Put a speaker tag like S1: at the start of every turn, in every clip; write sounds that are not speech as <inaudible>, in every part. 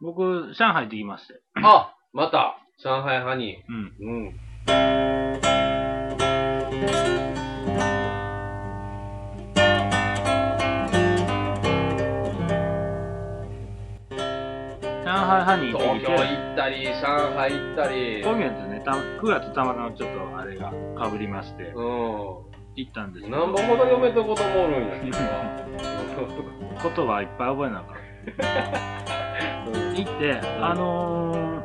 S1: 僕、上海行ってきまして。
S2: あ、また、上海ハニ
S1: うん。
S2: ー。うん。
S1: 上海ハニー行っ
S2: 東
S1: て
S2: 京
S1: きて、
S2: 行ったり、上海行ったり。
S1: 今月ね、た9月たまたまちょっとあれがかぶりまして、
S2: う
S1: 行ったんです
S2: ん。
S1: け
S2: なん
S1: ど、
S2: ぼ
S1: 言
S2: ほど嫁と子供おるんやけど。
S1: 葉いっぱい覚えなあかっ
S2: うん
S1: た。行って、あのー、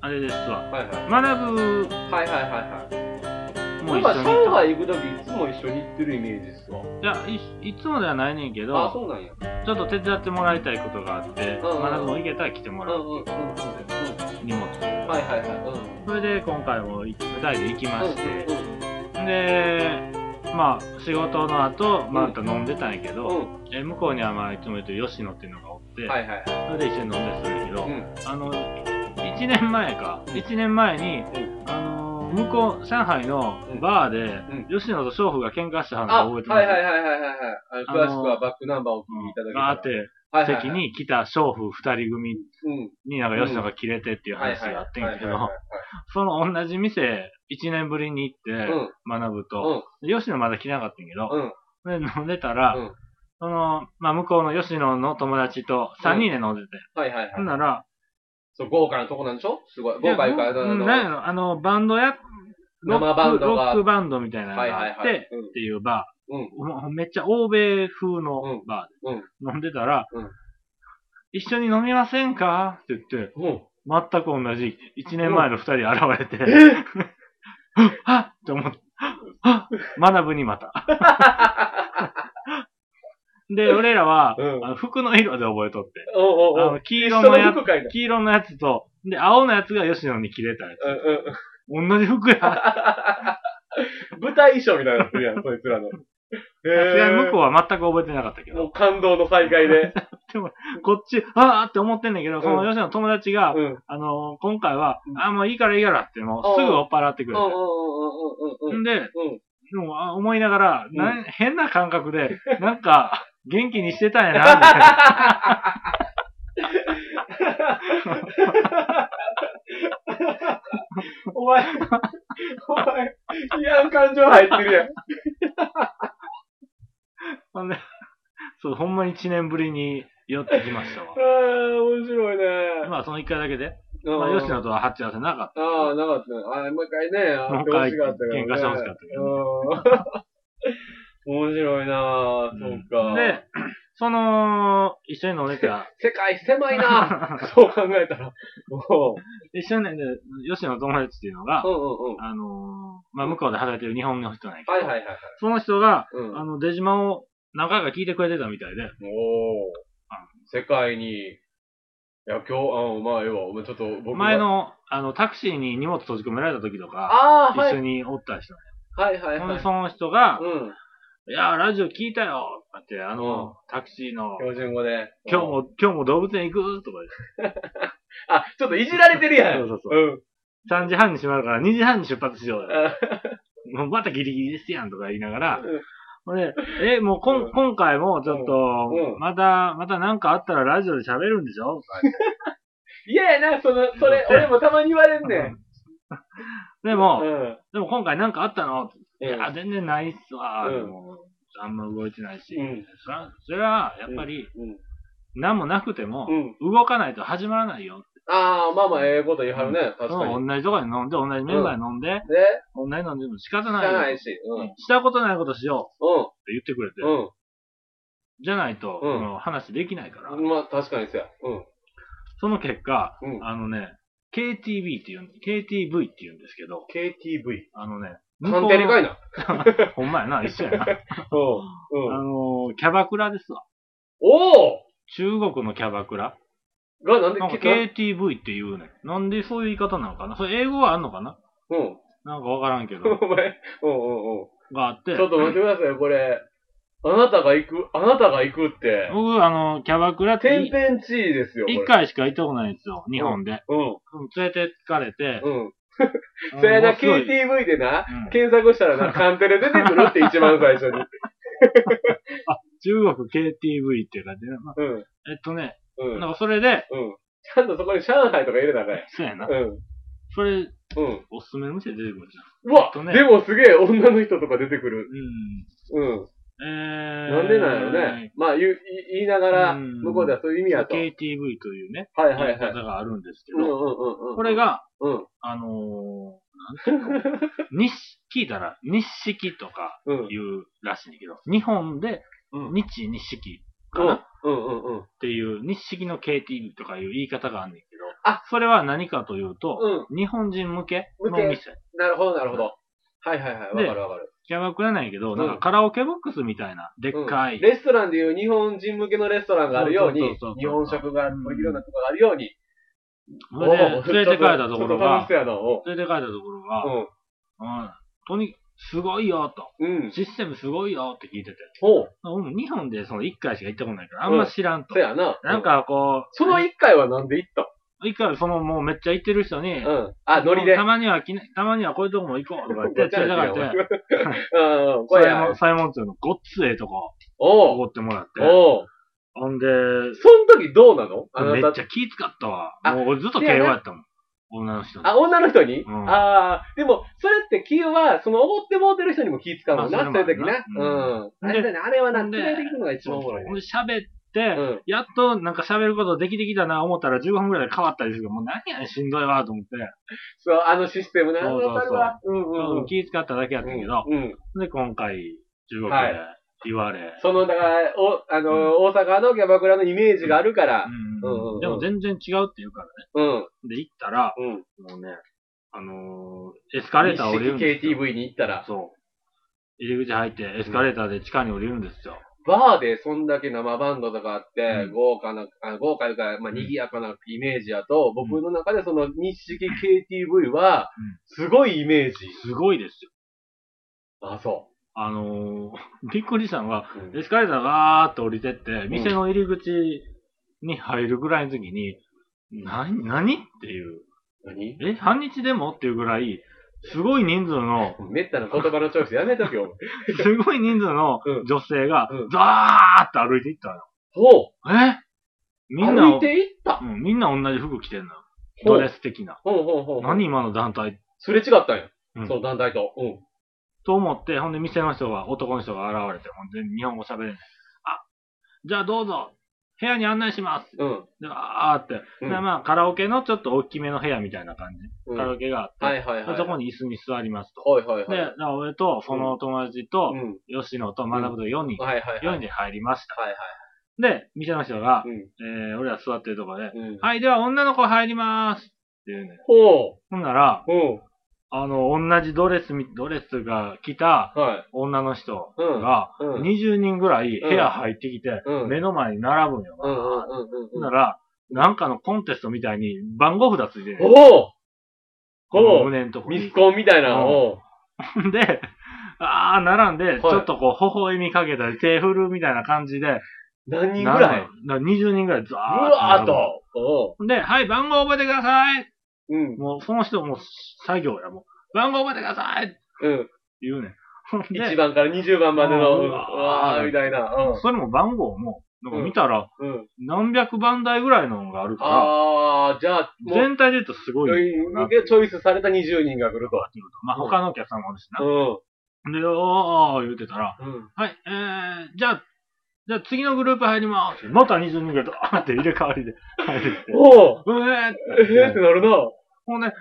S1: あれですわ。
S2: はいはい。
S1: 学ぶ
S2: はいはいはいはい。
S1: も一
S2: まあ
S1: 緒に
S2: 上
S1: 行っ
S2: 海行くときいつも一緒に行ってるイメージですわ。
S1: た。いやい、いつもではないねんけ
S2: あ、
S1: ど、
S2: そうなんや。
S1: ちょっと手伝ってもらいたいことがあって、
S2: うんうん
S1: 学ぶも行けたら来ても
S2: うん
S1: ら
S2: う
S1: う。
S2: んうんうん。は
S1: 荷物。
S2: いはいはい。うん。
S1: それで今回も2人で行きまして、
S2: う
S1: で、まあ、仕事の後、また飲んでたんや
S2: ん
S1: け
S2: うんう
S1: ど、
S2: ん。
S1: え向こうにはまあいつも言ってる吉野っていうのがおって、
S2: はいはい。
S1: それで一緒に飲んでするんやけど、
S2: うん。
S1: あの、1年前か、1年前に、
S2: う
S1: あの、向こう、上海のバーで、吉野と娼婦が喧嘩したの
S2: あ、
S1: が覚
S2: は
S1: え
S2: い
S1: てます。
S2: はいはいはいはいはい。あの詳しくはバックナンバーをお聞きいただけた
S1: があ
S2: ら
S1: って、
S2: はいはいはい
S1: 席。に来た娼婦2人組
S2: うん。
S1: になんか吉野が切れてっていう話があってんやけど、その同じ店、1年ぶりに行って、
S2: うん。
S1: 学ぶ
S2: う
S1: と、
S2: ん。
S1: 吉野まだ来なかったんやけど、
S2: うん。
S1: で飲んでたら、
S2: うん
S1: その、まあ、向こうの吉野の友達と3人で飲んでて、
S2: はいはいはい
S1: ほん。なら、
S2: そう、豪華なとこなんでしょすごい。豪華いうか、あ
S1: うん
S2: の、
S1: なんやろ、あの、バンドや、ロック
S2: 生バンドが
S1: ロックバンドみたいなの
S2: はい
S1: が
S2: は
S1: あ
S2: い
S1: って、
S2: はい。
S1: っていうバ
S2: うん。
S1: ー、もうめっちゃ欧米風のバー
S2: うん。
S1: で、飲んでたら、
S2: うん
S1: 一緒に飲みませんかって言って、
S2: うん。うん。
S1: 全く同じ、1年前の2人現れて、
S2: え <laughs>
S1: はっって思って、はっ学ぶにまた。で、俺らは、
S2: うん
S1: あの服の色で覚えとって。
S2: おう
S1: あ
S2: おうおう。
S1: の黄
S2: 人
S1: 色のや
S2: の
S1: つ、
S2: 服かいな。
S1: 黄色のやつと、で、青のやつが吉野に切れたやつ。
S2: うんうん。
S1: <laughs> 同じ服や。さ
S2: 舞台衣装みたいになってるやん、そいつらの。さ
S1: すがに向こ
S2: う
S1: うは全く覚えてなかったけ
S2: も
S1: ど、
S2: う感動の再会
S1: <laughs>
S2: で。
S1: こっち、あーって思ってんねんけど、その
S2: うん
S1: 吉野の友達が、
S2: うん。
S1: あのー今回は
S2: う、ん
S1: あー、もういいからいいからって、もうすぐ追っ払って
S2: う
S1: くれ
S2: んうんう
S1: て。
S2: んうんうんうん
S1: んで、 <laughs>
S2: うん。
S1: でもあ思いながら、
S2: ん
S1: なん変な感
S2: <laughs>
S1: 覚で、なんか、元気にしてたんやな、みたいな。
S2: お前、お前、嫌な感情入ってるやん。
S1: ほんで、そう、ほんまに1年ぶりに寄ってきましたわ
S2: あ。あ、面白いね。
S1: まあ、その1回だけで。
S2: うん
S1: まあ、吉野とは鉢合わせなかった。
S2: ああ、なかったね。ああ、もう一回ね、あ
S1: も
S2: あ、
S1: う
S2: 楽
S1: 一回
S2: しかったから、ね。
S1: 喧嘩してほしかったけ
S2: うん。 <laughs> 面白いなぁ、そうか。
S1: で、その、一緒に飲んでた、
S2: 世界狭い
S1: <laughs>
S2: なそう考えたら。おう
S1: 一緒に飲んでた吉野の友達っていうのが
S2: う、んうんうん。
S1: あのー、まあ、向こうで働いてる日本の人なんやけど、
S2: はいはいはいはい。
S1: その人が、
S2: うん。
S1: あの、出島を何回か聞いてくれてたみたいで、
S2: おお
S1: あ。
S2: 世界に、いや、今日、あのまあ、要は、お前ちょっと僕が
S1: 前、の、あの、タクシーに荷物閉じ込められた時とか、
S2: ああ、はい
S1: 一緒。におった人ね。
S2: はいはい
S1: ほん
S2: は
S1: で、
S2: い。
S1: その人が、
S2: うん。
S1: いやー、ラジオ聞いたよって、あの、
S2: うん
S1: タクシーの、
S2: 標準語で。
S1: 今日。も、今日も動物園行くとか
S2: あ、ちょっといじられてるやん。
S1: そうそう
S2: そう。うん。
S1: で、3時半に閉まるから2時半に出発しようよ。
S2: あ
S1: もうまたギリギリですやんとか言いながら、
S2: うん
S1: ほんで、え、もうこん、
S2: うん
S1: 今回もちょっと、
S2: うんうん
S1: また、またなんかあったらラジオで喋るんでしょ
S2: 嫌やな、その、それ、俺もたまに言われんねん。
S1: でも、
S2: うん。
S1: でも今回なんかあったの、
S2: う
S1: いや、
S2: ん
S1: 全然ないっすわ、
S2: うん
S1: でもあんま動いてないし。
S2: うん
S1: そらそれは、やっぱり、
S2: うん。
S1: 何もなくても
S2: う、ん。
S1: 動かないと始まらないよ。
S2: ああ、まあまあ、ええこと言いはるね。確か
S1: そ
S2: に。
S1: の同じとこで飲んで、同じメンバーで飲んで、
S2: で、
S1: 同じ飲んでも仕方
S2: 汚
S1: ないよ。
S2: ないし。うん。
S1: したことないことしようって言ってくれて、
S2: うん。
S1: じゃないと、
S2: うん
S1: その話できないから、
S2: うん。まあ、確かにそうや。うん。
S1: その結果、
S2: うん。
S1: あのね、KTV っていうん、KTV って言うんですけど、
S2: KTV。
S1: あのね、
S2: 探偵にかいな。
S1: ほんまやな、一緒やな。
S2: うん。
S1: あ
S2: うん。
S1: のー、キャバクラですわ。
S2: おお
S1: 中国のキャバクラ。
S2: が、なんで、
S1: なんか
S2: け
S1: KTV って言うねん。なんでそういう言い方なのかなそれ英語はあんのかな
S2: うん。
S1: なんかわからんけど、
S2: お前、うん <laughs> うんうん。
S1: があって。
S2: ちょっと待ってください、これ。あなたが行く、あなたが行くって。
S1: 僕、あの、キャバクラって
S2: 天
S1: い、
S2: 変地異ですよ、これ
S1: 一。回しか行ったことないんですよ、日本で。
S2: うん。
S1: 連れてかれて、
S2: うん。
S1: あの
S2: それな、
S1: もうすごい
S2: KTV でな
S1: うん、
S2: 検索したら
S1: <laughs>
S2: な、カンテレ出てくるって一番最初に。
S1: 中国 KTV っていう感じで、まあ
S2: うん。
S1: えっとね、
S2: うん。
S1: なんかそれで、
S2: うん。ちゃんとそこに上海とか入れなあかんや
S1: <laughs> そうやな。
S2: うん。
S1: それ、
S2: うん。
S1: おすすめの店出てくるじゃん。
S2: うわ、
S1: とね
S2: でもすげえ女の人とか出てくる。
S1: うん。
S2: うん。
S1: えー。
S2: なんでなんやろね。まあ言う、い言いながら、
S1: うん
S2: 向こうではそういう意味やと。はい
S1: KTV というね、
S2: は
S1: や
S2: い
S1: り
S2: はい。
S1: 方があるんですけ
S2: うんうん
S1: ど、
S2: うんうん。
S1: これ、が、
S2: うん。
S1: あのー、
S2: <laughs>
S1: 日、聞いたら、日式とか
S2: うん。
S1: 言うらしいんだけど、日本で
S2: うん
S1: 日、日式か
S2: う
S1: なん
S2: うんうんうん。
S1: っていう、日式の KTV とかいう言い方があんねんけど、
S2: あ
S1: それは何かというと、
S2: うん。
S1: 日本人向けの
S2: 向
S1: 店。
S2: なるほどなるほど。はいはいはい。わか
S1: で
S2: るわかる。
S1: キャバクラなんやけど、
S2: うん
S1: なんかカラオケボックスみたいな、でっ
S2: うん
S1: かい。
S2: レストランでいう日本人向けのレストランがあるよう
S1: そうそ
S2: に
S1: うそうそう、
S2: 日本食が取りるようなとこがあるように。
S1: それで、連れて帰ったとこ
S2: ちょっとちょっ
S1: ろが、
S2: と楽しそうやなお
S1: 連れて帰ったところが、うん、とに、すごいよ、と。
S2: う。うん。うん。
S1: システムすごいよって聞いてて。
S2: ほう。
S1: 俺も日本でその1回しか行ったことないから、あんま知らんと
S2: そ。やな。
S1: なん、かこう、
S2: その一回はなんで行った
S1: 一回そのもうめっちゃ行ってる人に、
S2: うん。あ、ノリで。
S1: たまにはきね、たまにはこういうとこも行こうとか言って、
S2: <laughs> ごちゃ
S1: 連れ
S2: やし
S1: て帰
S2: や
S1: っ
S2: ん
S1: て、
S2: うんうん。こ
S1: サ
S2: れ
S1: イ
S2: や
S1: モン、。サイモン通のごっつええとこ、お
S2: おう。
S1: ごってもらって。
S2: おう。
S1: ほんで、
S2: その時どうなのあ
S1: め
S2: な
S1: ったちゃ気使ったわ。
S2: あ
S1: もう俺ずっと
S2: せや
S1: KO
S2: な
S1: やったもん。女の人に。
S2: あ、女の人に、
S1: うん
S2: ああ、でも、それって気は、その、おごってもうてる人にも気使うもんな、
S1: あ
S2: そ
S1: そうれ
S2: い
S1: も
S2: う
S1: あ
S2: 時
S1: る
S2: な
S1: な。
S2: うん。
S1: うん
S2: あれだね、あれはな、
S1: で
S2: 連れていくのが一番おもろいね。
S1: ほんで喋っ
S2: う
S1: て、
S2: ん。
S1: やっとなんか喋ることできてきたな思ったら15分くらいで変わったりするけど、もう何やねん、しんどいわと思って、
S2: そう、あのシステムな、
S1: そうそうそう
S2: わかるわ。うんうんうん。
S1: 気使っただけやったけど、
S2: うん。
S1: で、今回、中国で
S2: はい
S1: 言われ、
S2: その、だから、お、あの、大阪のキャバクラのイメージがあるから、
S1: うんうん
S2: うんうん
S1: でも全然違うって言うからね。
S2: うん、
S1: で、行ったら、
S2: うん。
S1: もうね、あのー、エスカレーター降りるんですよ。
S2: KTV に行ったら、
S1: そう。入り口入って、エスカレーターで地下に降りるんですよ。
S2: バーでそんだけ生バンドとかあって、
S1: うん
S2: 豪華な、あ豪華というか、まあ、賑やかなイメージやと、僕の中でその日式 KTV は、すごいイメージ。
S1: すごいですよ。
S2: あ、そ
S1: あのー、びっくりしたのが、
S2: う。うん
S1: エスカレーターがーっと降りてって、店の入り口に入るぐらいの時に、な、何っていう。
S2: 何
S1: え、半日でもっていうぐらい、すごい人数
S2: <laughs>
S1: の、
S2: めったな言葉のチョイスやめとけ
S1: <laughs>
S2: よ。
S1: すごい人数の
S2: うん
S1: 女性が
S2: うん、
S1: ザーって歩いていったのよ。
S2: ほう
S1: えみんな、
S2: 歩いていった
S1: うん、みんな同じ服着てんのよ。
S2: ほ
S1: ド
S2: う
S1: レス的な。
S2: ほうほうほう。
S1: 何今の団体
S2: すれ違ったんや。
S1: うん
S2: その団体と。うん。
S1: と思って、ほんで店の人が、男の人が現れて、ほんで日本語喋れない。あ、じゃあどうぞ、部屋に案内します。
S2: うん。
S1: で、あーって。
S2: う
S1: で
S2: ん
S1: まあ、カラオケのちょっと大きめの部屋みたいな感じ。
S2: うん
S1: カラオケがあって、
S2: はいはいはい。
S1: でそこに椅子に座りますと。
S2: はいはい
S1: で、
S2: はい。
S1: だから俺と、その友達と
S2: う、ん。
S1: 吉野と学ぶと4人、
S2: はいはいは
S1: 4
S2: い。
S1: 人で入りました。
S2: はい
S1: で、店の人が
S2: は、い。う
S1: えー、俺ら座ってるとこ
S2: ん。
S1: で、
S2: うん。
S1: はい、では女の子入りまーす。っていうね。
S2: ほ
S1: ほんなら、
S2: う。うん。
S1: あの、同じドレスみ、ドレスが着た
S2: はい。
S1: 女の人
S2: うん。
S1: が、
S2: うん。うん
S1: 20人ぐらい部屋入ってきて、
S2: うん
S1: 目の前に並ぶんよ。
S2: うんうん
S1: ほ
S2: うんん
S1: な
S2: うん。
S1: ら、なんかのコンテストみたいに番号札ついてる。
S2: お
S1: この
S2: お
S1: 胸のとこ
S2: ミス
S1: に。
S2: コンみたいな。
S1: うん
S2: おう
S1: で、あー、並んで、ち
S2: い
S1: ょっとこう、微笑みかけたり、手振るみたいな感じで、
S2: 何人ぐ
S1: 並ぶ
S2: らい
S1: んよだから ?20 人ぐらい
S2: う
S1: ずーっと
S2: わー
S1: 並
S2: っ
S1: ぶ。
S2: と。おう
S1: で、はい、番号覚えてください
S2: うん。
S1: もう、その人もう作業や、もう。番号覚えてくださいって
S2: うん。
S1: 言うねん。ほん
S2: 1
S1: で、
S2: 番から20番までの、
S1: う
S2: うんんうわーみたいな。
S1: それも番号も、なんか見たら、
S2: うん。うん。
S1: 何百番台ぐらいのがあるか
S2: あー、じゃあ、
S1: ら、
S2: もう、
S1: 全体で言うとすごいよなっていう。
S2: でチョイスされた20人が来ると。
S1: まあ、他のお客さんもあるし
S2: う
S1: な。
S2: ん。
S1: で、おー、言うてたら、
S2: うん。
S1: はい、えー、じゃあ、じゃあ次のグループ入ります。また20人ぐらいドーンって入れ替わりで入ってきて。
S2: おう
S1: うえーって
S2: えーってなるな。
S1: ほんで、あー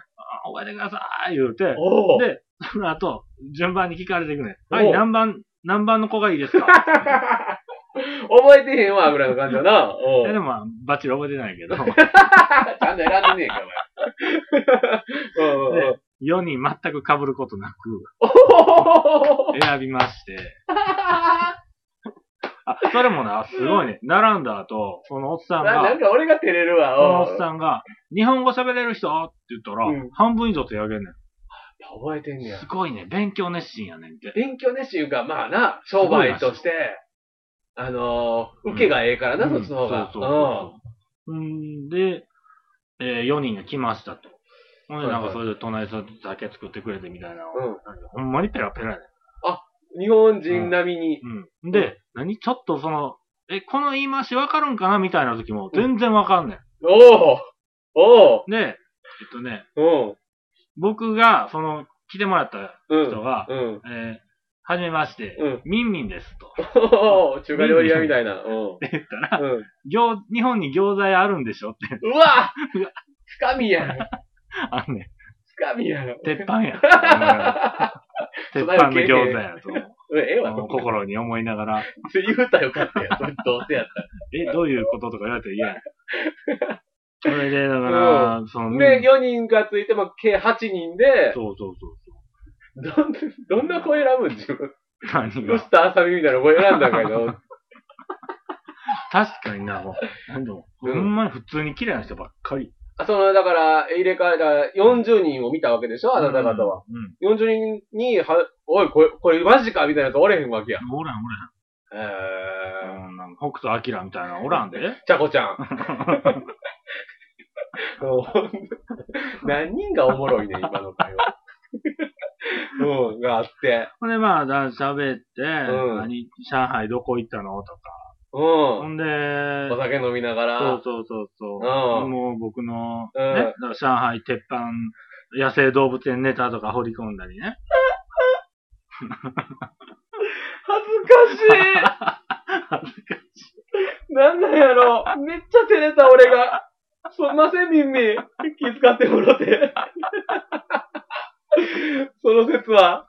S1: 覚えてください言うて、
S2: おう
S1: で、その後、順番に聞かれていくね。はい、
S2: お
S1: 何番、何番の子がいいですか
S2: 覚えてへんわ、ぐらいの感じだな。お
S1: いやで
S2: う
S1: もまあ、バッチリ覚えてな
S2: <laughs>
S1: いけど、
S2: ちゃんと選んでねえか、お前。うんうんうん
S1: 4人全く被ることなく、
S2: お
S1: 選びまして。あ、それもな、すごいね。並んだ後、そのおっさん
S2: ななん
S1: が、
S2: か俺が照れる
S1: そ
S2: わ、
S1: の
S2: お
S1: おっ
S2: う
S1: さんが、日本語喋れる人って言ったら、
S2: うん
S1: 半分以上手挙げんね
S2: 覚えてんね
S1: ん。
S2: や
S1: す。ごいね、勉強熱心やねんって。
S2: 勉強熱心いうか、まあな、商売として、あのー、受けがええからな、
S1: う
S2: そ
S1: ん
S2: っちの方が。
S1: そうそうそうそう。うんで、えー、4人が来ましたと。ほんで、なんかそれで隣の人と酒作ってくれてみたいな。
S2: うんうん
S1: ほんまにペラペラやね
S2: 日本人並みに。
S1: うん。で、何ちょっとその、え、この言い回しわかるんかなみたいな時も全然わかんねん。
S2: おうおう
S1: で、えっとね、
S2: うん。
S1: 僕が、その、来てもらった
S2: うん。
S1: 人が、
S2: うん。
S1: えー、はじめまして、
S2: うん
S1: ミンミンですと。
S2: おう中華料理屋みたいな。うん。
S1: って言ったら、 <laughs>
S2: うん
S1: 餃日本に餃子屋あるんでしょって、
S2: うわ深みやん。
S1: あのね、
S2: 深み
S1: <laughs>
S2: やん。
S1: 鉄板
S2: <laughs>
S1: や。
S2: そ
S1: 鉄
S2: う
S1: 板の餃子やと、
S2: ええ
S1: あ
S2: わ。
S1: の心に思いながら、
S2: 言うたらよかったよ。それどうせやった
S1: え、どういうこととか言われて嫌や。それで、だから、その、
S2: ら。
S1: ミン
S2: で、4人がついても計8人で、
S1: そうそうそうそう。
S2: どん、 <laughs> どんな子選ぶん自分。
S1: 何
S2: ロ
S1: が
S2: スター浅見みたいな子選んだんかいな。
S1: <laughs> 確かにな、もう、なんでも、
S2: うん
S1: ほんまに普通に綺麗な人ばっかり。
S2: あその、だから、入れ替え、だから40人を見たわけでしょあなた方は。
S1: うん。
S2: 40人に、は、おい、これ、これマジかみたいなやつおれへんわけや。
S1: うん。おらん、お
S2: え
S1: ら
S2: ー、
S1: ん。うん、なんか北斗晶みたいな、おらんで。
S2: ちゃこち
S1: <laughs>
S2: ゃん。もう何人がおもろいね、今の会話。
S1: <laughs>
S2: うん、があって。
S1: ほんで、まあ、だ喋って、
S2: ん
S1: 何、上海どこ行ったのとか。
S2: うん。
S1: ほ
S2: お
S1: んで、
S2: 酒飲みなが
S1: そう
S2: ら。
S1: そうそうそう。
S2: うん。
S1: もう僕の、ね、
S2: うん
S1: だから上海鉄板、野生動物園ネタとか掘り込んだり
S2: <laughs>
S1: ね。
S2: 恥ずかしい <laughs> なんなんやろめっちゃ照れた、俺が。すんません、ミンミン。気遣ってもろて。 <laughs> その説は。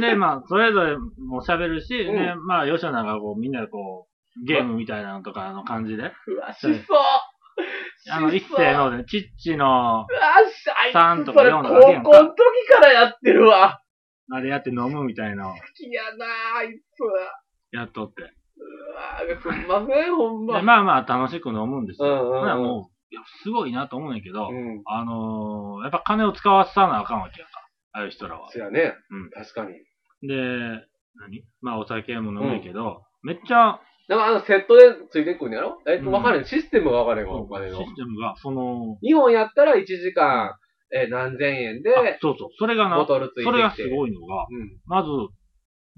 S1: で、まあ、それぞれも喋るし、
S2: うん
S1: ね、まあ、よしなんかこう、みんなでこう、ゲームみたいなのとかの感じで。
S2: うわ、しそう
S1: あの、一世のね、チッチの、
S2: うわ、し、あい
S1: 三
S2: つ、
S1: と
S2: そ
S1: か
S2: れ
S1: 四
S2: 高
S1: とか
S2: 校
S1: あるやん
S2: の
S1: か
S2: 時からやってるわ。
S1: あれやって飲むみたいなの
S2: 好きやなあ、あいつ。う
S1: やっとって。
S2: わすんません、ほん
S1: で、
S2: ま。
S1: まあまあ、楽しく飲むんです
S2: う
S1: よ。
S2: ん
S1: ほ
S2: うん
S1: な
S2: うん。
S1: もう、いやすごいなと思うんやけど、
S2: うん。
S1: あのーやっぱ金を使わさなあかんわけやんか。ああいう人らは。
S2: そやね。
S1: うん
S2: 確かに。
S1: で、何まあお酒も飲むんやけど、めっちゃ、
S2: なんかあのセットでついてくんやろえ、
S1: うん
S2: わかるシステムがわかるよ、
S1: こ
S2: お金
S1: う
S2: の
S1: シ。ステムが、その、
S2: 日本やったら1時間、え、何千円
S1: あ
S2: で、
S1: そうそう、それが
S2: ボ
S1: な、
S2: トルついてきて。
S1: それがすごいのが、まず、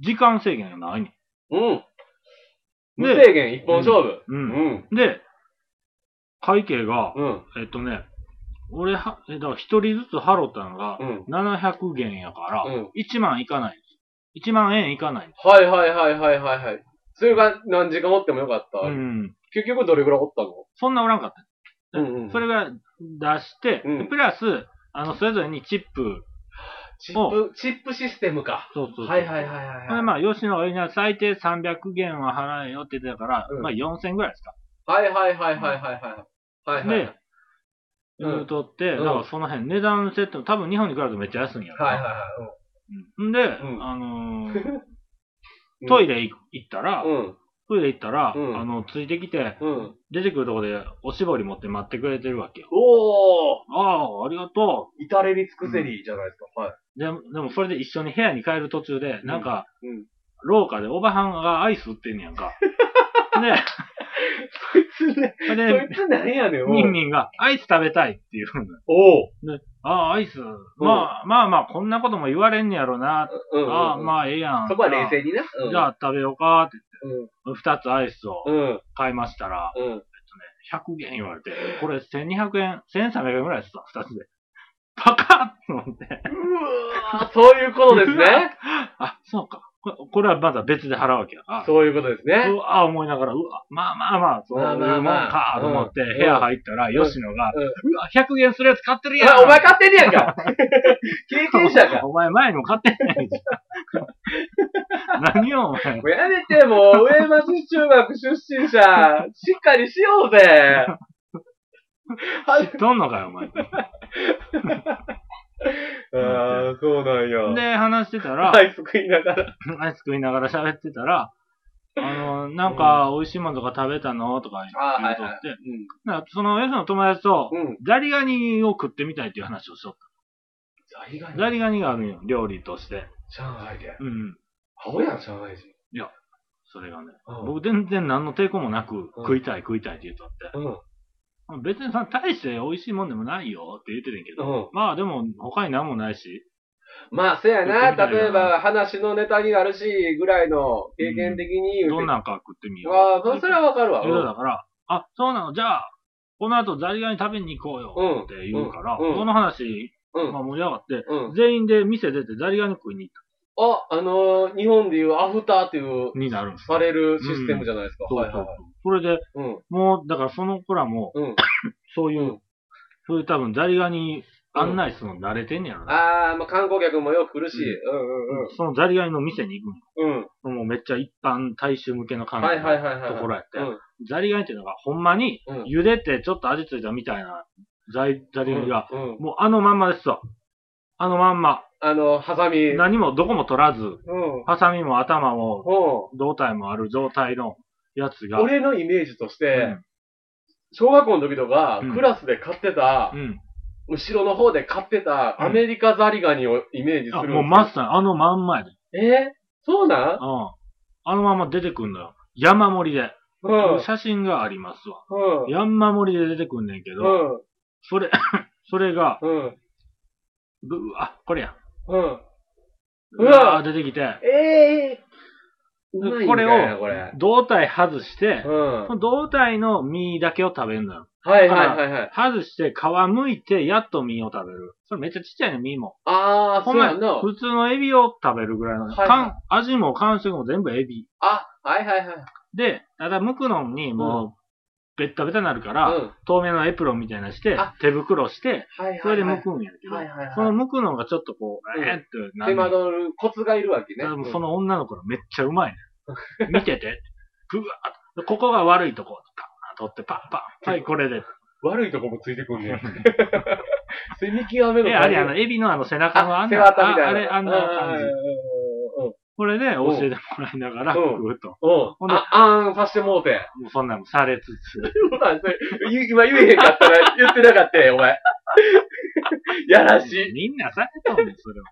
S1: 時間制限がないね
S2: うん。うん。無
S1: で
S2: 制限一本勝負。
S1: ん。う。
S2: うんん。
S1: で、会計が、
S2: うん。
S1: えっとね、俺は、え、だから一人ずつ払ったのが
S2: う、ん。
S1: 700元やから、
S2: うん
S1: 1万いかない。1万円いかない。
S2: はいはいはいはいはいはい。それが何時間おってもよかった。
S1: うん。
S2: 結局どれぐらいおったの
S1: そんなおらんかった。
S2: うんうん。
S1: それが出して、
S2: うん
S1: プラス、あの、それぞれにチップ、
S2: チップ、チップシステムか。
S1: そうそうそう
S2: はいはいはいはい
S1: ほん
S2: は
S1: で
S2: い。
S1: まあ、吉野が言うには最低300元は払えよって言ってたから、
S2: うん
S1: まあ4000ぐらいですか。
S2: はいはいはいはいはいはい。はいはい。
S1: で、
S2: うん
S1: 言うとって、
S2: うん
S1: だからその辺、値段設定も多分日本に比べるとめっちゃ安いんやろな
S2: はいはいは
S1: うんで、
S2: ん
S1: あのー
S2: い。
S1: トイ
S2: レ。
S1: レ行行ったら、
S2: うん。
S1: トイレ行ったら、
S2: うん
S1: あの、ついてきて、
S2: うん。
S1: 出てくるとこでおしぼり持って待ってくれてるわけよ。
S2: おー
S1: ああ、ありがと
S2: 至れり尽くせりじゃないですか。はい。
S1: う。ででもそれで一緒に部屋に帰る途中で、
S2: ん
S1: なんか、
S2: うん
S1: 廊下でおばはんがアイス売ってんねやん
S2: <laughs>
S1: か。
S2: そいつね、
S1: で、
S2: そ
S1: で
S2: い、つなんやねん、
S1: ミン
S2: ン。
S1: ミンがアイス食べたいっていうの
S2: おう。
S1: ああ、アイス。まあ、まあまあ、こんなことも言われんねやろな。
S2: うんうんうん。
S1: ああ、まあ、ええやん。
S2: そこは冷静にな。うん
S1: じゃあ、食べようかって
S2: うん。
S1: 言って、二つアイスを
S2: うん。
S1: 買いましたら、
S2: うん。
S1: 100元言われて、これ1200円、1300円ぐらいですわ、二つで。高っと思って。
S2: うわーそういうことです
S1: <laughs>
S2: ね。
S1: あ、そうか。ここれはまだ別で払うわけやから。
S2: そういうことですね
S1: う。わ、思いながら、うわ、まあまあまあ、そういう
S2: まあ
S1: もん
S2: まあまあ
S1: か、と思って、
S2: うん
S1: 部屋入ったら、吉野が、
S2: うん
S1: うわ、100元するやつ買ってるやん
S2: あ、お前買ってんねやんか。 <laughs> 経験者か。
S1: <laughs> お前前にも買ってないじゃん。
S2: <laughs>
S1: 何をお前。
S2: もうやめて、もう、上町中学出身者、しっかりしよう
S1: <laughs>
S2: ぜ。はい。
S1: どんのかよ、お前。
S2: ああ、 <laughs> そうなんや。
S1: で、話してたら、
S2: アイス食いながら。
S1: アイス食いながら喋ってたら、あの、なんか、美味しいものとか食べたのとか
S2: あ
S1: 言
S2: は
S1: う
S2: い
S1: と
S2: は
S1: っ
S2: い
S1: て、なんかその、エスの友達と
S2: う、ん。うん。
S1: ザリガニを食ってみたいっていう話をしとっ
S2: ザリガ
S1: た。ザリガニがあるんよ、料理として。
S2: 上海で。
S1: うんうん。
S2: 青やん、上海人。
S1: それがね。
S2: うん
S1: 僕全然何の抵抗もなく、食いたい食いたいって言うとって。
S2: うん。
S1: 別にさ、大して美味しいもんでもないよって言ってるんやけど、
S2: うん。
S1: まあでも、他に何もないし、
S2: まあ、そや
S1: 言ってみた
S2: な。
S1: いな
S2: 例えば、話のネタになるし、ぐらいの経験的に言うて。
S1: どんなんか食ってみよう。
S2: ああ、それはわかるわ。
S1: いうことだから、あ、そうなの、じゃあ、この後ザリガニ食べに行こうよって言うから、
S2: うんうん
S1: この話、
S2: うん。
S1: まあ、盛り上がって、
S2: うん。
S1: 全員で店出てザリガニ食いに行っ
S2: あ、あのー日本でいうアフターっていう、
S1: たになるんです
S2: されるシステムじゃないですか。
S1: そう
S2: はい
S1: そ
S2: は
S1: う
S2: いはい。
S1: そう。それで、
S2: うん。
S1: もう、だからその子らも、
S2: うん。
S1: そういう、
S2: うん
S1: そういう多分ザリガニ案内するの慣れてんねやろな。
S2: あー、まあ、観光客もよく来るし、
S1: そのザリガニの店に行く
S2: うんうんうん。うん。
S1: の。もうめっちゃ一般大衆向けの感
S2: はい
S1: じ
S2: はい
S1: の
S2: はいはい。
S1: ところやって、
S2: うん。
S1: ザリガニっていうのがほんまに
S2: うん
S1: 茹でてちょっと味ついたみたいなザリザリガニが、
S2: うんうん
S1: もうあのまんまですわ。あのまんま。
S2: あの、ハサミ。
S1: 何もどこも取らず、
S2: うん。
S1: ハサミも頭も
S2: う
S1: 胴体もある状態のやつ
S2: ん。
S1: が。
S2: 俺のイメージとし
S1: う
S2: て、
S1: ん、
S2: 小学校の時とか
S1: うん、
S2: クラスで買ってた
S1: う、ん。
S2: 後ろの方で買ってた、
S1: うん
S2: アメリカザリガニをイメージするん
S1: あ、
S2: ですよ。
S1: もうまさにあのまんまやで。
S2: えーそうなん
S1: うん。あのまま出てくんのよ。山盛りで。
S2: うん。うん。
S1: 写真がありますわ。
S2: うん。
S1: 山盛りで出てくんねんけど、それ、 <laughs> それが、
S2: うん。
S1: ぶうわ、これや。
S2: うん。
S1: う
S2: う
S1: わ
S2: わ
S1: ー出てきて、
S2: ええー。うまいんだよなこれ。
S1: 胴体外して
S2: う、ん。
S1: その胴体の身だけを食べるのよ。
S2: はいはいはいはい。
S1: 外して皮むいて、やっと身を食べる。それめっちゃちっちゃいね、身も。
S2: あー、
S1: ほ
S2: そ
S1: ん
S2: う
S1: ま
S2: や
S1: に
S2: んな。
S1: 普通のエビを食べるぐらいの、
S2: はいはい
S1: かん味も感触も全部エビ。
S2: あ、はいはいはい。
S1: で、ただ剥くのにもう、ベッタベタになるか
S2: うん。
S1: ら、
S2: は
S1: 透明のエプロンみたいなのして
S2: あ、
S1: 手袋して、
S2: いはいはい。
S1: それで剥くんやけど
S2: はい、はい
S1: その
S2: は
S1: 剥くのがちょっとこう、
S2: うん。
S1: えーってない
S2: 手
S1: るの
S2: 間取るコツがいるわけね。
S1: でもその女の子がめっちゃうまいね。
S2: <laughs>
S1: 見てて。ぐわーっとここが悪いとこ。パッ取ってパッパッ。はい、これで。
S2: うん悪いとこもついてくんね。 <laughs> せみ極めの。
S1: え、あれあの、エビのあの背中のあ
S2: あ、
S1: ん
S2: 背
S1: な、
S2: わたみたいな。
S1: ああれ、あんな感じ
S2: うん。
S1: これで教えてもらいながら、
S2: うん
S1: ぐーっと。も
S2: うん。あ、あんさしてもうて。
S1: うそんなんもされつつ。
S2: <laughs> うわそれ言今言えへんかったら言ってなかったよ、お前。 <laughs> やらしい。
S1: みんなされたもんね、それは。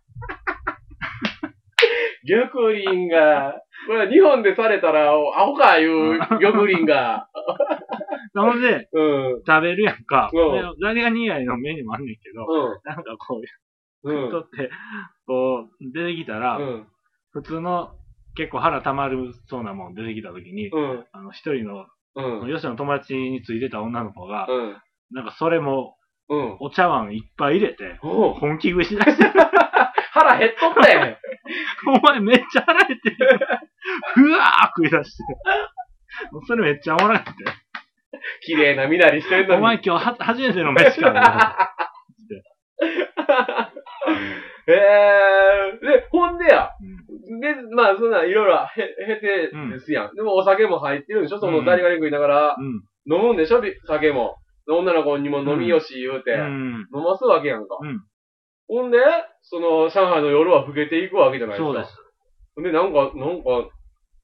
S2: 玉林が、これ日本でされたら、おアホか、いう玉林 <laughs> が。
S1: なので、
S2: うん。うん。
S1: 食べるやんか。
S2: うん
S1: でザリガニ以外のメニューもあんねんけど、なんかこう、
S2: う
S1: 取
S2: ん。
S1: って、こう、出てきたら、
S2: うん。
S1: 普通の、結構腹溜まるそうなもん出てきた時に、
S2: うん。
S1: あの、一人の
S2: うん。
S1: 吉野の友達についてた女の子が、
S2: うん。
S1: なんかそれも
S2: うん。
S1: お茶碗いっぱい入れて、
S2: おう
S1: 本気食いしだして、
S2: 腹減っとったやん。
S1: お前めっちゃ腹減っ
S2: <laughs>
S1: てる。ふわー食い出して。もうそれめっちゃおもろくて。
S2: 綺麗な身なりしてるの
S1: お
S2: に。
S1: 前今日は初めての飯から。
S2: <laughs> えー、で、ほんでや。 <laughs>
S1: うん
S2: で、まあ、そんなん、いろいろ、へ、へてですやん。でも、お酒も入ってるんでしょその、ザリガニ食いながら、
S1: うん。
S2: 飲むんでしょび酒も。女の子にも飲みよし言うて。
S1: うん。
S2: 飲ますわけやんか。
S1: うん
S2: ほんで、その、上海の夜は更けていくわけじゃないです
S1: そう
S2: か。
S1: です。
S2: で、なんか、なんか、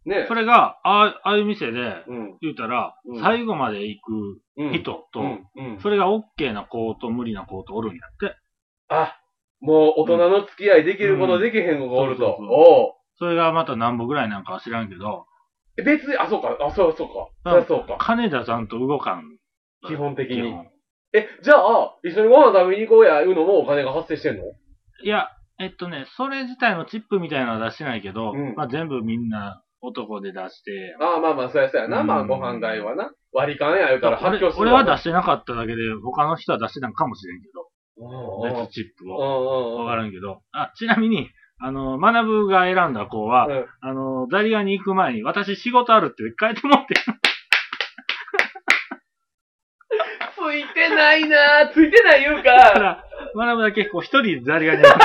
S2: ね。
S1: それが、あああいう店で、
S2: うん。
S1: 言うたら
S2: う、ん
S1: 最後まで行く
S2: うん。
S1: 人と
S2: う、ん。うん。
S1: それがオッケーな子と無理な子とおるんやって。
S2: あ、もう大人の付き合いできることできへんのがおると。
S1: うん
S2: おう。
S1: それがまた何歩ぐらいなんかは知らんけど、
S2: え別に、あ、そうか、あ、そうそうか。
S1: うん
S2: あそうか。
S1: 金田さんと動かん。
S2: 基本的
S1: 基
S2: に。
S1: 本
S2: え、じゃあ、一緒にご飯食べに行こうや、いうのもお金が発生してんの
S1: いや、えっとね、それ自体のチップみたいなのは出してないけど、
S2: うん
S1: まあ全部みんな男で出して、
S2: ああ、まあまあ、そうやそうやな。
S1: うん
S2: まあ、ご飯代はな。割り勘や、言うたら発
S1: 俺
S2: 狂する
S1: 俺は出
S2: し。
S1: してなかっただけで、他の人は出してたんかもしれんけど、
S2: うん
S1: 別チップを。
S2: うんうん。
S1: わからんけど。あ、ちなみに、あの、学ぶが選んだ子は、
S2: うん
S1: あの、ザリガニ行く前に、私仕事あるって書いてもって、
S2: ついてないなぁ。ついてない言う
S1: だか
S2: か。
S1: ら、学ぶだけこう一人ザリガニを、だか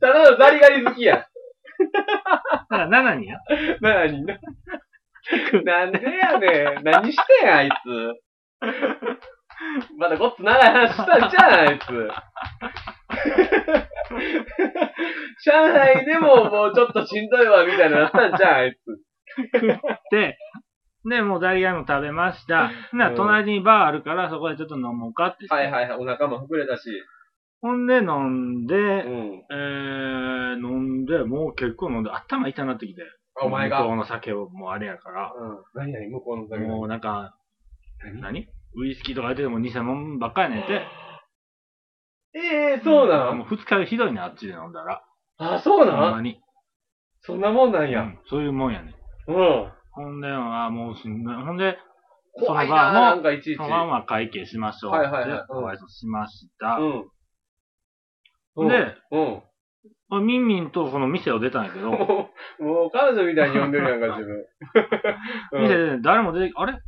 S2: ただのザリガニ好きや。
S1: ら7人や。
S2: なにな。 <laughs> なんでやねん。何してん、あいつ。まだごっつ長い話したんじゃん、あいつ。上海でももうちょっとしんどいわ、みたいなのなったんじゃん、あいつ。
S1: で、で、もうザリガニも食べました。な、
S2: うん
S1: 隣にバーあるから、そこでちょっと飲もうかって。
S2: はいはいはい、お腹も膨れたし。
S1: ほんで飲んで、
S2: うん。
S1: えー、飲んで、もう結構飲んで、頭痛なってきて。
S2: あお前が。
S1: 向
S2: う
S1: こ
S2: ん
S1: うの酒をもうあれやから。。
S2: 何々、向こうの酒
S1: もうなんか、
S2: 何
S1: 何ウイスキーとか出ても偽物ばっかやねんて。
S2: ええそうな
S1: も
S2: ん
S1: う二日酔いひどいね、あっちで飲んだら。
S2: あ、そう
S1: ほん
S2: な
S1: ま
S2: ん
S1: に。
S2: そんなもんなん
S1: う
S2: や。
S1: んそういうもんやねん。
S2: うん。
S1: ほんで、あーもうすんごいほんで、
S2: 怖いな、な
S1: その場も
S2: んかいちいち。
S1: そのまま会計しましょう。
S2: はいはいはい
S1: で
S2: うん
S1: ご挨拶しました。
S2: うん。うん、う
S1: で、
S2: ん。
S1: まあミンミンとその店を出たんやけど、
S2: もう、もう彼女みたいに呼んでるやんか、自
S1: <laughs> 店
S2: 分。
S1: で誰も出てきあれ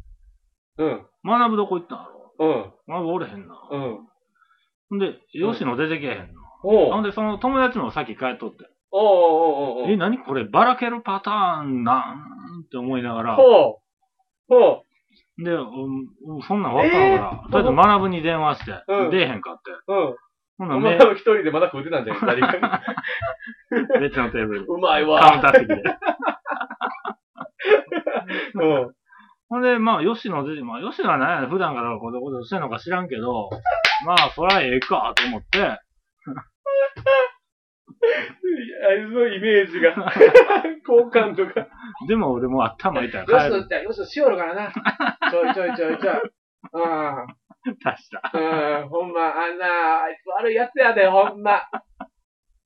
S2: うん。
S1: 学ぶどこ行ったんやろ
S2: うん。
S1: 学ぶおれへんな。
S2: うん。うん。
S1: ほんで、吉野出てけへんの。
S2: おう。
S1: ほんで、その友達もさっき帰っとって。
S2: おうおうおうおう。
S1: え、何こればらけるパターンなんって思いながら。
S2: ほう。ほ
S1: で、うんうんそんなんわからんから
S2: え。ー
S1: とりあえず学ぶに電話して
S2: うん、
S1: 出えへんかって。
S2: う。うん。
S1: ほんな
S2: お
S1: ら
S2: 前
S1: ね、
S2: も一人でまだ食うてたんじゃん、
S1: <laughs>
S2: 二人が
S1: 別のテーブルで。
S2: うまい
S1: カウン
S2: わ。
S1: ター席で。
S2: うん。
S1: ほんで、まあ、吉野出て、まあ、吉野は何やねん普段からこういうことしてんのか知らんけど、まあ、そらええか、と思って、
S2: あいつのイメージが。
S1: <laughs>
S2: 好感度が。
S1: でも俺もう
S2: <laughs>
S1: 頭痛いから
S2: よし
S1: 帰る。
S2: と、じゃあよしとしよるからな。ちょいちょいちょいちょい。うん。
S1: 出した。
S2: うん、ほんま、あんな、あいつ悪いやつやで、ほんま。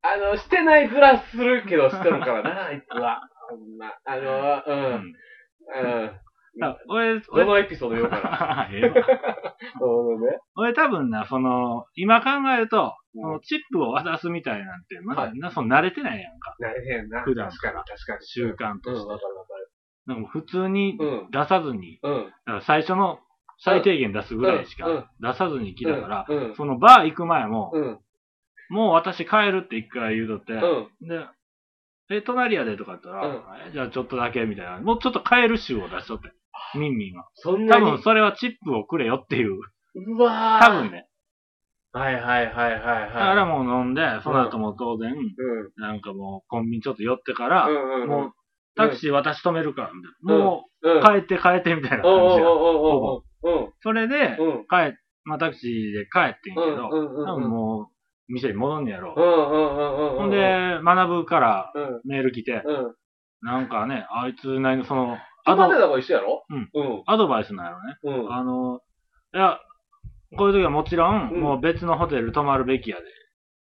S2: あの、してないずらするけど、してるから
S1: <laughs>
S2: な、あいつは。ほんま。あ
S1: う
S2: の、うん。
S1: ん。
S2: うん。
S1: だから俺、
S2: ど
S1: 俺、
S2: のエピソード言おうかな。
S1: <laughs> ええわ
S2: そうね。
S1: 俺多分な、その、今考えると、
S2: うん
S1: そのチップを渡すみたいなんて、ま
S2: は
S1: だ、
S2: い
S1: なその慣れてないやんか。
S2: なれへんな。
S1: 普段
S2: 確かに、確かに。
S1: 習慣
S2: うん、
S1: として。
S2: わかるわかる。
S1: でも普通に
S2: うん
S1: 出さずに、
S2: うん。
S1: だから最初の最低限出すぐらいし
S2: うんうん
S1: か出さずに来たから、
S2: うん。
S1: そのバー行く前も
S2: う、ん。
S1: もう私帰るって一回言うとって、
S2: うん。
S1: で、え、隣やでとか言ったら、
S2: うん
S1: えじゃあちょっとだけみたいな。もうちょっと帰る集を出しとって、ミンミンが。
S2: そんな
S1: 多
S2: に。
S1: 分それはチップをくれよっていう。
S2: うわー。
S1: 多分。ね。
S2: はいはいはいはいはい。
S1: だからもう飲んで、その後も当然、
S2: うん。
S1: なんかもうコンビニちょっと寄ってから、
S2: うんうんうん。
S1: もうタクシー私止めるから、みたいな。
S2: うん
S1: も
S2: うん、
S1: う帰って帰ってみたいな
S2: おう
S1: 感
S2: お
S1: じが。
S2: うおうおうおう。
S1: それで、
S2: うん。うん。
S1: 帰、まあタクシーで帰ってんけ
S2: うん。
S1: ど、
S2: うん。うん。
S1: 多分もう店に戻んねやろ
S2: う。んうんうんうん。
S1: ほんで、、学ぶから
S2: うん。
S1: メール来て、
S2: うん。
S1: なんかね、あいつなりのその、アド
S2: 今までだから一緒やろ
S1: うん。
S2: うん。
S1: アドバイスなんやろね。
S2: うん。
S1: あの、いや、こういう時はもちろん、
S2: うん
S1: もう別のホテル泊まるべきやで。っ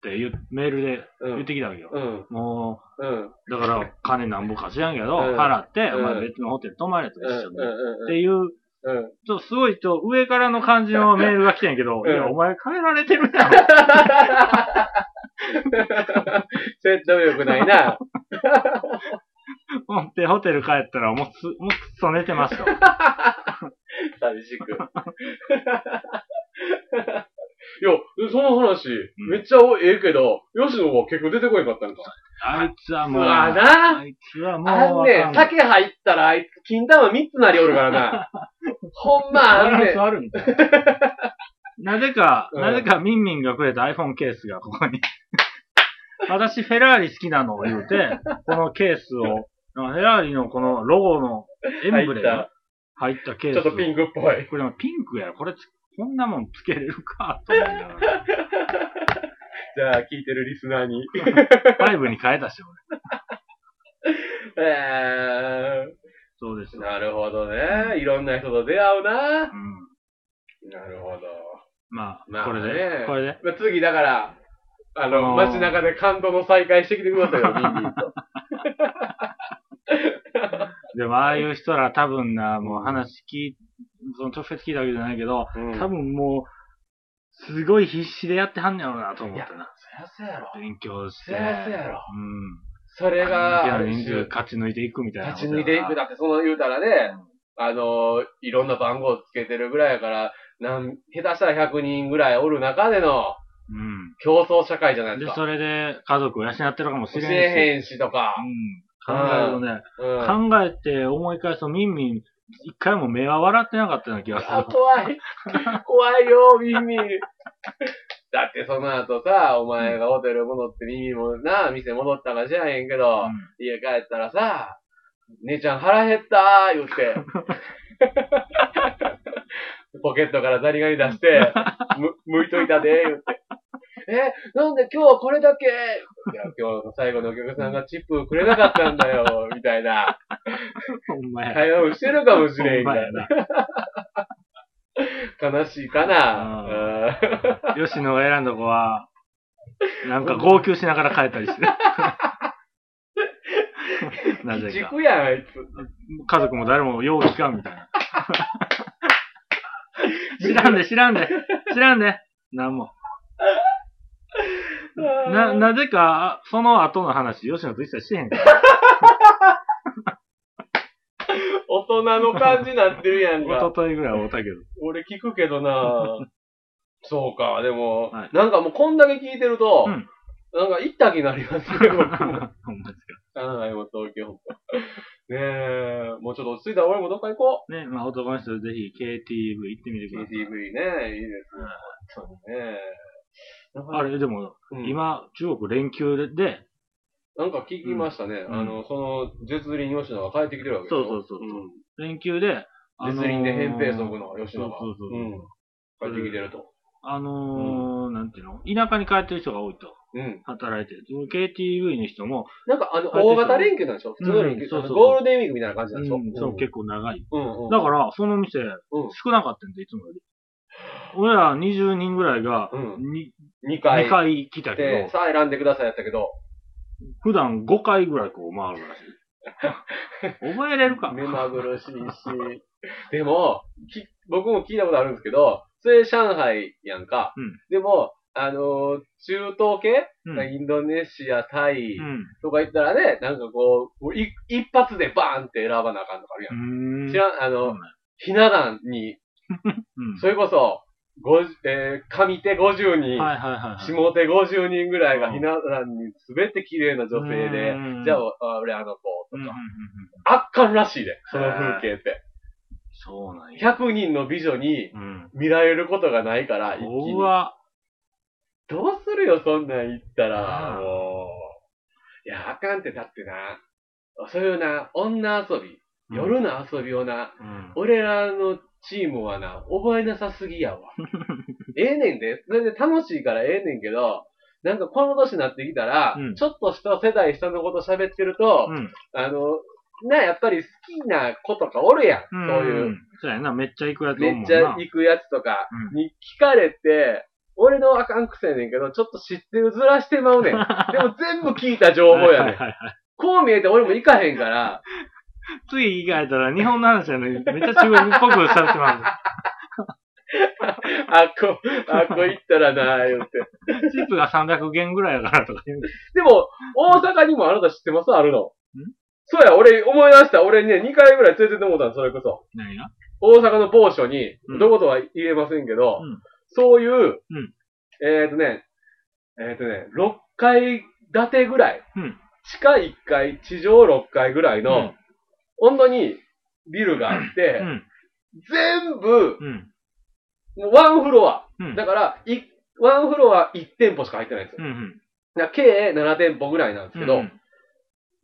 S1: て言うメールで
S2: う
S1: 言っ
S2: ん。
S1: てきたわけよ。
S2: うん。
S1: も
S2: うん。
S1: う、だから、金なんぼか知らんけど、
S2: うん
S1: 払って、
S2: うん
S1: お前別のホテル泊まれと一緒で。っ
S2: う
S1: ていう、
S2: ん。うん。
S1: ちょっとすごい、ちょっと上からの感じのメールが来てんけど、
S2: うん
S1: いや、お前変えられて
S2: <laughs>
S1: るやん。
S2: 説得力ないな。
S1: 思って、ホテル帰ったら、もうす、もうくっそ寝てますと。
S2: 寂しく。いや、その話、めっちゃええけど、吉野は結局出てこへんかったんか。
S1: あいつは
S2: う
S1: もう、
S2: わ
S1: あ
S2: な。
S1: いつはもう
S2: あん
S1: わ
S2: ね
S1: か
S2: ん、
S1: んない、
S2: 酒入ったらあいつ、金玉3つなりおるからな。ほんまあんねん。
S1: あるみた
S2: <laughs>
S1: いな。なぜか、
S2: うん
S1: なぜかミンミンがくれた iPhone ケースがここに。 <laughs> 私、フェラーリ好きなのを言うて、このケースを、フェラーリのこのロゴのエンブレムが入ったケー
S2: ち
S1: ス
S2: ょっと
S1: を。
S2: ピンクっぽい。
S1: これもピンクや。これつ、こんなもんつけれるか、と思いながら。
S2: じゃあ、聞いてるリスナーに。
S1: 5に変えたし、俺。
S2: え
S1: そうです
S2: ー、
S1: よ。
S2: なるほどね。いろんな人と出会うな。
S1: うん。
S2: なるほど。
S1: ま
S2: ま
S1: あ、
S2: あ
S1: これ
S2: ね
S1: で、これで。
S2: まあ次、だから、あの、
S1: あのー
S2: 街中で感動の再会してきてくだ
S1: <laughs>
S2: さいよ、ミンミンと。
S1: でも、ああいう人ら多分な、もう話聞い、その直接聞いたわけじゃないけど、
S2: 多
S1: 多
S2: 分
S1: 分もう、すごい必死でやってはんねやろうなと思ってな。
S2: そりゃそうやろ。
S1: 勉強して。
S2: そりゃそうやろ
S1: うん。
S2: それが、
S1: あ
S2: あ
S1: の
S2: る
S1: 人
S2: 種
S1: 数勝ち抜いていくみたいな。
S2: 立ち抜いていく。
S1: だ。
S2: だって、その言うたらね、あの、いろんな番号つけてるぐらいやから、なん、下手したら100人ぐらいおる中での
S1: う
S2: 競争社会じゃない
S1: ん。
S2: で、
S1: です
S2: か。
S1: それで家族を養ってるかもし
S2: 教
S1: れんし。
S2: えへんしとか
S1: う。ん。考えるとね、
S2: うん。
S1: 考えて思い返すと、みんみん、一回も目は笑ってなかったような気がす
S2: あ、
S1: る。
S2: 怖
S1: <laughs>
S2: い。怖いよ、ミミ。だってその後さ、お前がホテル戻ってミミもな、店戻ったか知らへんけど、
S1: うん
S2: 家帰ったらさ、姉ちゃん腹減ったー言
S1: <laughs>
S2: って。ポケットからザリガニ出して、む、剥いといたでー言って。え、なんで今日はこれだけいや、今日の最後のお客さんがチップくれなかったんだよ、みたいな。
S1: ほんまや。
S2: 会話をしてるかもしれ
S1: ほ
S2: ん
S1: ん
S2: か
S1: ま <laughs>
S2: ら
S1: やな。
S2: 悲しいかな。うん
S1: 吉野が選んだ子は、なんか号泣しながら帰った
S2: <laughs>
S1: りして。な
S2: 鬼
S1: ぜか。
S2: 畜やん、あいつ。
S1: 家族も誰もよう聞かんみたいな。知らんで、知らんで、知らんで。なんも。な、なぜか、その後の話、吉野と一切してへんから。
S2: 大人の感じになってるやん
S1: 一
S2: か。
S1: 昨日ぐらい会うたけど。 <laughs>
S2: 俺聞くけどなそうか、でも、
S1: はい
S2: なんかもうこんだけ聞いてると、
S1: うん
S2: なんか行った気になりますね、
S1: <laughs>
S2: 僕も。
S1: ほんまです
S2: 上海も東京も。ねえ、もうちょっと落ち着いたら俺もどっか行こ
S1: か。ね、まあ男の人ぜひ KTV 行ってみて
S2: う。
S1: くださ
S2: KTV
S1: い。
S2: ね、いいですね。本当にね。なかなか
S1: あ、れ、でも、
S2: うん、
S1: 今、中国連休で、
S2: なんか聞きましたね。
S1: うん
S2: あの、その、絶輪吉野が帰ってきてるわけでしょ
S1: そうそうそうそう連休で、あの
S2: 絶
S1: ー
S2: 輪で扁平足の吉野が。
S1: そうそうそう
S2: うん。帰ってきてると。
S1: あのー、なんていうの田舎に帰ってる人が多いと。
S2: うん。
S1: 働いてる。その KTV の人も、
S2: なんか、あの、
S1: 帰ってきてる
S2: 大型連休なんでしょ普通の連休。
S1: うんそうそうそう
S2: ゴールデンウィークみたいな感じなんでしょ
S1: うんそう結構長い。
S2: うんうん。
S1: だから、その店、
S2: うん
S1: 少なかったんで、いつもより。俺ら20人ぐらいが、
S2: うん
S1: に
S2: 2
S1: 2,
S2: 回行っ
S1: 回来たけ
S2: て
S1: ど、、
S2: さあ選んでくださいやったけど、
S1: 普段5回ぐらいこう回るらし
S2: <laughs>
S1: い。覚えれるか。
S2: 目まぐるしいし。でも、き僕も聞いたことあるんですけど、それ上海やんか。
S1: うん
S2: でも、あのー中東系、
S1: うん。
S2: インドネシア、タイ
S1: うん
S2: とか行ったらね、なんかこう、もうい一発でバーンって選ばなあかんとかあるやん。
S1: うん。
S2: 知らん、あの、
S1: うん
S2: ひな壇に、
S1: うん。
S2: それこそ、ごじえー上手50人、
S1: はいはいはいはい。
S2: 下手50人ぐらいが
S1: うん
S2: ひな壇に全て綺麗な女性で、
S1: うん
S2: じゃあ、あ俺あの子
S1: う
S2: と
S1: んうんうんう
S2: か
S1: ん、
S2: 圧巻らしいで、その風景って。
S1: そうなんや。
S2: 100人の美女に
S1: うん。
S2: 見られることがないから、一気に。
S1: うわ。
S2: どうするよ、そんなん言った
S1: あ
S2: ら、
S1: ー
S2: もう。いや、あかんって、だってな、そういうな、女遊び、夜の遊びをな、
S1: うん。
S2: 俺らのチームはな、覚えなさすぎ
S1: <laughs>
S2: やわ。ええねんで、それで楽しいからええねんけど、なんかこの年になってきたら、
S1: うん
S2: ちょっと下世代下のこと喋ってると、
S1: うん。
S2: あの、な、やっぱり好きな子とかおるやん、
S1: うん。
S2: そういう。
S1: ん。そうやな、めっちゃ行くやつおるも
S2: め
S1: ん
S2: っ
S1: な。
S2: ちゃ
S1: <laughs>
S2: 行くやつとか
S1: う
S2: に聞かれて、俺のあかんくせやねんけど、ちょっと知ってるずらしてまうねん。で
S1: <laughs>
S2: も全部聞いた情報や
S1: は
S2: ね
S1: い
S2: ん。
S1: はいはい
S2: こう見えて俺も行かへんから、
S1: 次以外たら日本の話やのに、めっちゃ中国っぽくされてます。
S2: あっこ、あっこ行ったらなー言って。
S1: チップが300元ぐらいやからとか言うんだ
S2: でも、大阪にもあなた知ってますあるの
S1: ん。
S2: そうや、俺思い出した。俺ね、2回ぐらい連れてってもうたの、それこそ。
S1: 何が
S2: 大阪の某所に
S1: うん、
S2: どことは言えませんけど、
S1: うん
S2: そういう、
S1: うん
S2: えっ、とね、えっ、とね、6階建てぐらい、
S1: うん
S2: 地下1階、地上6階ぐらいの、本当にビルがあって、
S1: うん。
S2: 全部、
S1: うん。
S2: もうワンフロア。
S1: うん。
S2: だから、いワンフロア1店舗しか入ってないんですよ。
S1: うん。うん。
S2: だから計7店舗ぐらいなんですけど、
S1: うん。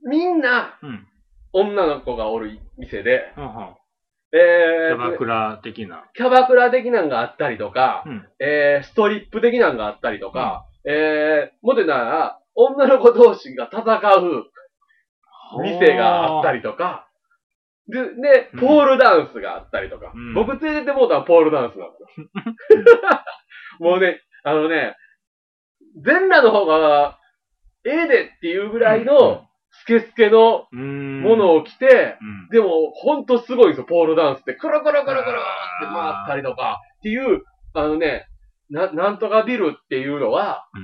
S2: みんな
S1: うん。
S2: 女の子がおる店で、
S1: うんうんキ
S2: え
S1: ャ
S2: ー
S1: バクラ的な。
S2: キャバクラ的なんがあったりとか、
S1: うん。
S2: えーストリップ的なんがあったりとか、えー、もてなら、女の子同士が戦う店があった
S1: り。
S2: りとか、で、で
S1: うん、
S2: ポールダンスがあったりとか、
S1: うん
S2: 僕連れてってもうたのはポールダンスなんですよ。 <laughs> もうね、あのね、全裸の方が、ええでっていうぐらいの、スケスケの
S1: うん。
S2: もの
S1: を。
S2: を着て、
S1: うん。
S2: でも、ほんとすごいんですよ、ポールダンスって。コロコロコロコロって回ったりとか、っていう、あのね、な、なんとかビルっていうのは
S1: うん、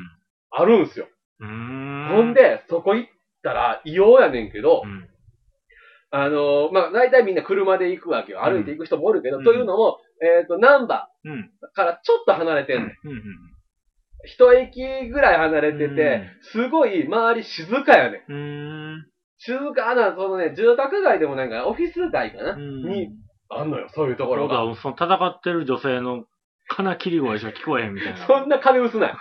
S2: あるんですよ。
S1: うーん。
S2: ほん、で、そこ行ったら、異様やねんけど
S1: う、ん。
S2: あのーまあ、大体みんな車で行くわけよ。
S1: うん
S2: 歩いて行く人もおるけど、
S1: うん
S2: というのも、えっ、と、ナンバ
S1: うん。
S2: ーからちょっと離れてんの、
S1: うん。
S2: 一駅ぐらい離れてて、すごい周り静かやねん。
S1: うん。うん。
S2: 静かな、そのね、住宅街でもないから、オフィス街かな、
S1: うん。
S2: に、あんのよ、そういうとこ
S1: そ
S2: ろ
S1: う
S2: が。
S1: だ、その戦ってる女性の金切り声しか聞こえへんみたいな。 <laughs>
S2: そんな金薄ない。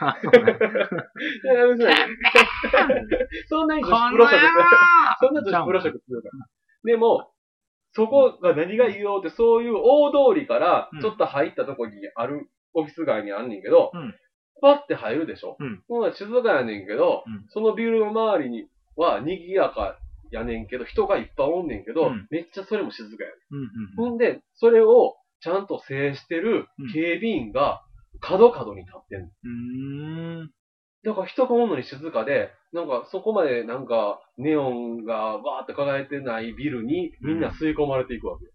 S2: 金薄ない。そんなに女子プロ色、そんな女子プロ色強いから。でも、そこが何が言おうって、そういう大通りから
S1: うん、
S2: ちょっと入ったとこにある、オフィス街にあんねんけど
S1: うん、
S2: パッて入るでしょ
S1: うん。
S2: ほんなら静かやねんけど
S1: うん、
S2: そのビルの周りには賑やかやねんけど、人がいっぱいおんねんけ
S1: う
S2: ど
S1: ん、
S2: めっちゃそれも静かやねん
S1: うん。うん。
S2: ほんで、それをちゃんと制してる警備員が、角角に立ってんの
S1: うん。うん。
S2: だから人がおんのに静かで、なんかそこまでなんかネオンがわーって輝いてないビルにみんな吸い込まれていくわけよ。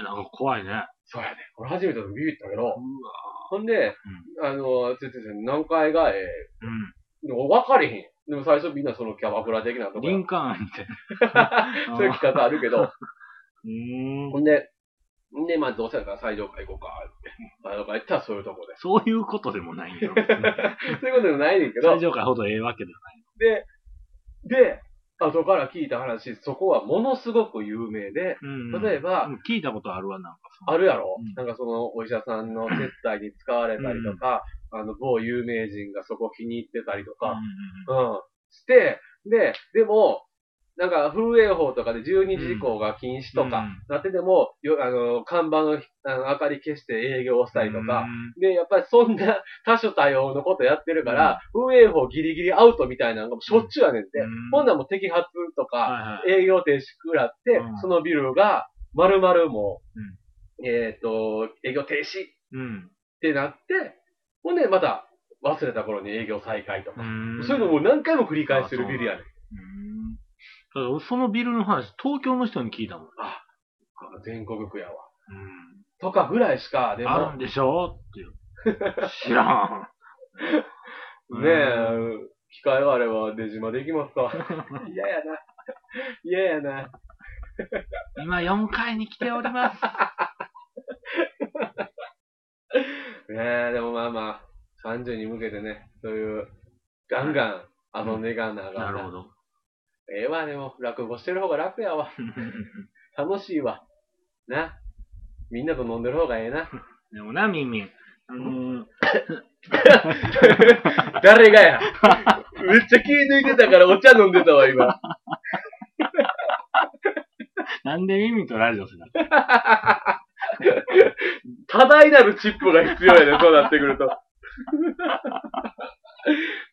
S1: え、なんか怖いね。
S2: そうやね。俺初めての時ビビったけど、ほんで、あの、ついつい何回が、えー、
S1: うん。
S2: でも分かれへん。でも最初みんなそのキャバクラ的なとこ
S1: リ
S2: や
S1: ンカーンって。
S2: <laughs> そういう着方あるけど、
S1: うーん
S2: ほんで、んで、まあどうせやったら最上階行こうか、って。最上階行ったらそういうとこ
S1: そういうことでもないんだよ。
S2: で。そういうことでもないねんけど
S1: 最、上階ほどええわけだ。
S2: で、で、後から聞いた話、そこはものすごく有名で、
S1: うん
S2: 例えば
S1: うん聞いたことあるわ、なんか。
S2: あるやろ、
S1: うん
S2: なんかそのお医者さんの接待に使われたりとか、あの某有名人がそこ気に入ってたりと
S1: うんう
S2: か、
S1: ん
S2: うん、して、で、でも、なんか風営法とかで12時以降が禁止とか、なってでも、よあの、看板のあの明かり消して営業したりとか、、で、やっぱりそんな <laughs> 多種多様のことやってるから、運営法ギリギリアウトみたいなのがしょっちゅうやねんって。ほん
S1: だ
S2: ならもう摘発とか、
S1: は
S2: 営業停止食らって、
S1: うん
S2: そのビルが、まるまるもう、えっ、と、営業停止っ
S1: いうん。
S2: てなって、ほんでまた忘れた頃に営業再開とか、
S1: ん
S2: そういうのもう何回も繰り返してるビルやねん。
S1: うんだからそのビルの話、東京の人に聞いたもん。
S2: あ全国区やわ。とかぐらいしか、で
S1: あ
S2: も
S1: るん、でしょっていう。知らん。
S2: ねえ、機会があれば出島できますか <laughs> 嫌やな。嫌やな。
S1: 今4階に来ております。
S2: ねえ、でもまあまあ、30に向けてね、そういう、ガンガン遊んでいかんなあかん
S1: なるほど。
S2: ええわ、でも、落語してる方が楽やわ。楽しいわ。な。みんなと飲んでる方がええな。 <laughs>
S1: でもな、ミンミン。あのー
S2: 誰がや。めっちゃ気抜いてたからお茶飲んでたわ、今。
S1: なんでミンミンとラジオするの
S2: 多大なるチップが必要やね、そうなってくると。 <laughs>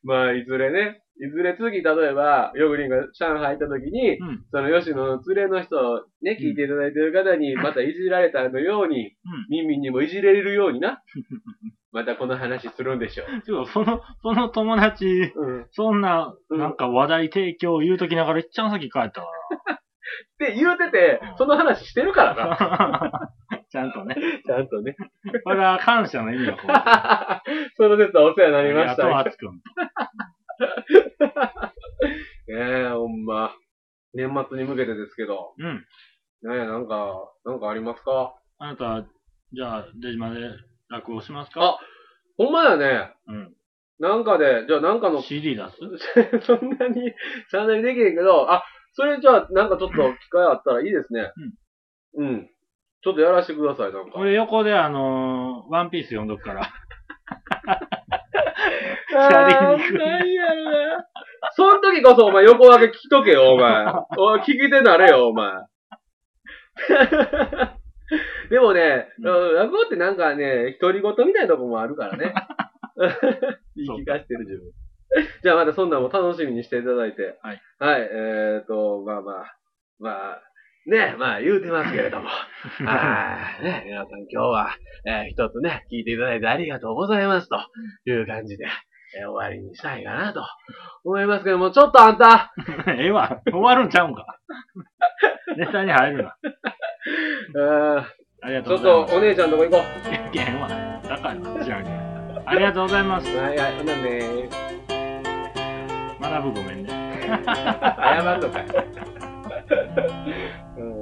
S2: まあ、いずれね。いずれ次、例えば、ヨグリンが上海行った時に、
S1: うん。
S2: その吉野の連れの人、ね、聞いていただいてる方に、またいじられたのように、ミンミンにもいじれるように <laughs> な。またこの話するんでしょ
S1: ちょっとその、その友達、
S2: う。うん。っ
S1: そんな、
S2: うん
S1: なんか話題提供言うときながら、いっちゃん先帰っ
S2: <laughs>
S1: たか
S2: て言うてて、その話してるからな。
S1: ら。ちゃんとね。
S2: ちゃんとね。 <laughs>
S1: これは感謝の意味がこう。
S2: その説はお世話になりま
S1: あ
S2: し
S1: と
S2: た。
S1: は
S2: ね
S1: あつくん。
S2: え、ほんま。年末に向けてですけど、
S1: うん。
S2: ねえ、なんか、なんかありますか
S1: あなた、じゃあ、出島で落語します
S2: あ
S1: か
S2: ほんまやね。
S1: うん。
S2: なんかで、じゃあなんかの <laughs>
S1: CD 出す
S2: そんなに、そんなにできへんけど、あ、それじゃあ、なんかちょっと機会あったらいいですね。うん。ちょっとやらせてください、なんか。
S1: 俺横であのー、ワンピース読んどくから。 <laughs>
S2: あ
S1: やりにくい
S2: ーなんやろな。そん時こそ、お前、横分け聞きとけよ、お前。おい、聞き手なれよ、お前。 <laughs> でもね、
S1: うん
S2: 落語ってなんかね、独り言みたいなとこもあるから
S1: <laughs>
S2: ね。 <laughs> 言い聞かしてる自分。 <laughs> じゃあまたそんなんも楽しみにしていただいて。
S1: はい。
S2: はい、えーと、まあまあ、まあ、ね、まあ言うてますけれ
S1: <laughs>
S2: ども。ああ、ね、皆さん今日は、えー一つね、聞いていただいてありがとうございますという感じで、えー終わりにしたいかなと思いますけども、ちょっとあんた、
S1: ええわ。終わるんちゃうんか。 <laughs> ネタに入るな。
S2: う
S1: ありが
S2: ん
S1: と
S2: ちょ
S1: う
S2: っ
S1: ござい
S2: とお姉ち
S1: ます。
S2: ゃんとこ行
S1: <laughs>
S2: こう。
S1: いけへんわ。高いわ。知らんけど。ありがとうございます。
S2: はいはい、ほんなんね、
S1: 学ぶごめんね。 <laughs>
S2: 謝んのかい。うん